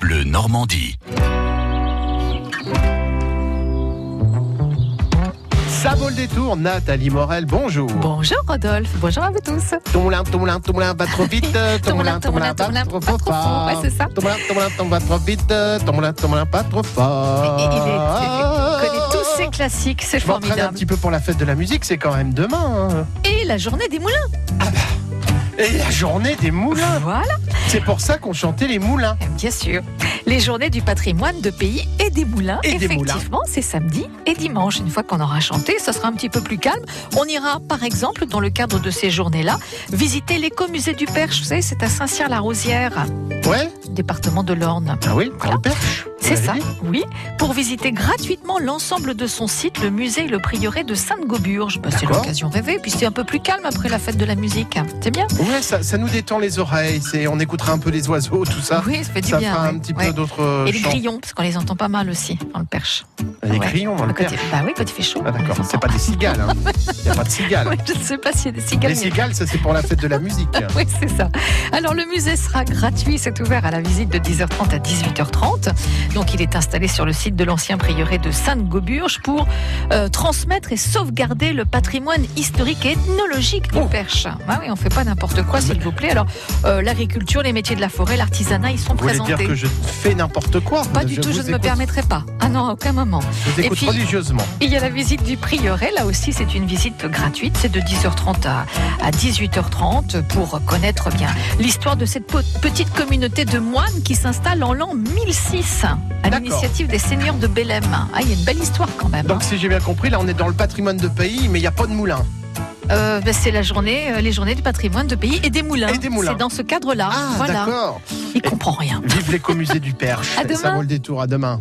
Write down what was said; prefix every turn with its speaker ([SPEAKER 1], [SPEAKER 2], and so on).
[SPEAKER 1] Bleu Normandie.
[SPEAKER 2] Ça vaut le détour, Nathalie Morel, bonjour.
[SPEAKER 3] Bonjour Rodolphe, bonjour à vous tous.
[SPEAKER 2] Tomlin, tomlin, tomlin, va trop vite. Tomlin, tomlin,
[SPEAKER 3] tomlin,
[SPEAKER 2] pas trop fort.
[SPEAKER 3] pas trop fort, ouais, c'est ça.
[SPEAKER 2] Tomlin, tomlin, tomlin, va trop vite. Tomlin, tomlin, pas trop fort.
[SPEAKER 3] Il, il est- il connaît tous
[SPEAKER 2] Oh.
[SPEAKER 3] ses classiques, c'est
[SPEAKER 2] Je m'entraîne un
[SPEAKER 3] formidable.
[SPEAKER 2] petit peu pour la fête de la musique, c'est quand même demain. hein.
[SPEAKER 3] Et la journée des moulins.
[SPEAKER 2] Et la journée des moulins.
[SPEAKER 3] Voilà,
[SPEAKER 2] C'est pour ça qu'on chantait les moulins.
[SPEAKER 3] bien sûr. Les journées du patrimoine de pays et des moulins.
[SPEAKER 2] Et des moulins.
[SPEAKER 3] Effectivement, c'est samedi et dimanche. Une fois qu'on aura chanté, ça sera un petit peu plus calme. On ira, par exemple, dans le cadre de ces journées-là, visiter l'écomusée du Perche. Vous savez, c'est à Saint-Cyr-la-Rosière,
[SPEAKER 2] Ouais
[SPEAKER 3] département de l'Orne.
[SPEAKER 2] Ah oui, dans le perche. vous
[SPEAKER 3] C'est
[SPEAKER 2] l'avez
[SPEAKER 3] ça,
[SPEAKER 2] dit.
[SPEAKER 3] oui, pour visiter gratuitement l'ensemble de son site, le musée et le prieuré de Sainte-Goburge. Bah, c'est
[SPEAKER 2] D'accord.
[SPEAKER 3] l'occasion rêvée, puis c'est un peu plus calme après la fête de la musique. C'est bien
[SPEAKER 2] Ouais, ça, ça nous détend les oreilles. C'est, on écoutera un peu les oiseaux, tout ça.
[SPEAKER 3] Oui, ça fait du
[SPEAKER 2] ça
[SPEAKER 3] bien.
[SPEAKER 2] fera un
[SPEAKER 3] ouais,
[SPEAKER 2] petit
[SPEAKER 3] ouais.
[SPEAKER 2] peu d'autres
[SPEAKER 3] Et les
[SPEAKER 2] chants.
[SPEAKER 3] grillons, parce qu'on les entend pas mal aussi dans le perche.
[SPEAKER 2] Les
[SPEAKER 3] Ouais.
[SPEAKER 2] grillons dans le
[SPEAKER 3] Quand il-
[SPEAKER 2] perche.
[SPEAKER 3] Bah oui, quand il fait chaud.
[SPEAKER 2] Ah
[SPEAKER 3] on les
[SPEAKER 2] d'accord, c'est
[SPEAKER 3] entend.
[SPEAKER 2] pas des cigales. hein. Il n'y a pas de cigales.
[SPEAKER 3] Ouais, je ne sais pas s'il y a des cigales.
[SPEAKER 2] Les
[SPEAKER 3] mais-
[SPEAKER 2] cigales, ça c'est pour la fête de la musique.
[SPEAKER 3] Oui, c'est ça. Alors, le musée sera gratuit. C'est ouvert à la visite de 10h30 à 18h30. Donc, il est installé sur le site de l'ancien prieuré de Sainte-Goburge pour euh, transmettre et sauvegarder le patrimoine historique et ethnologique du
[SPEAKER 2] Oh.
[SPEAKER 3] Perche. Ah oui, on fait pas n'importe quoi, s'il vous plaît. Alors, euh, l'agriculture, les métiers de la forêt, l'artisanat, ils sont
[SPEAKER 2] Vous voulez dire
[SPEAKER 3] présentés.
[SPEAKER 2] que je fais n'importe quoi
[SPEAKER 3] Pas du tout,
[SPEAKER 2] vous
[SPEAKER 3] je ne me
[SPEAKER 2] écoute-
[SPEAKER 3] permettrai pas. Ah non, à aucun moment.
[SPEAKER 2] Je vous
[SPEAKER 3] Et
[SPEAKER 2] écoute
[SPEAKER 3] puis-
[SPEAKER 2] religieusement.
[SPEAKER 3] Et il y a la visite du prieuré, là aussi c'est une visite gratuite, c'est de 10h30 à, à 18h30 pour connaître bien l'histoire de cette po- petite communauté de moines qui s'installe en l'an 1006 à
[SPEAKER 2] D'accord.
[SPEAKER 3] l'initiative des seigneurs de Bélem. Ah, il y a une belle histoire quand même. hein.
[SPEAKER 2] Donc si j'ai bien compris, là on est dans le patrimoine de pays, mais il n'y a pas de moulin.
[SPEAKER 3] Euh, ben, c'est la journée, euh, les journées du patrimoine de pays et des moulins.
[SPEAKER 2] Et des moulins.
[SPEAKER 3] C'est dans ce cadre-là.
[SPEAKER 2] Ah
[SPEAKER 3] voilà,
[SPEAKER 2] d'accord.
[SPEAKER 3] il comprend rien.
[SPEAKER 2] Vive l'écomusée du Perche.
[SPEAKER 3] À
[SPEAKER 2] Ça
[SPEAKER 3] demain.
[SPEAKER 2] vaut le détour. À demain.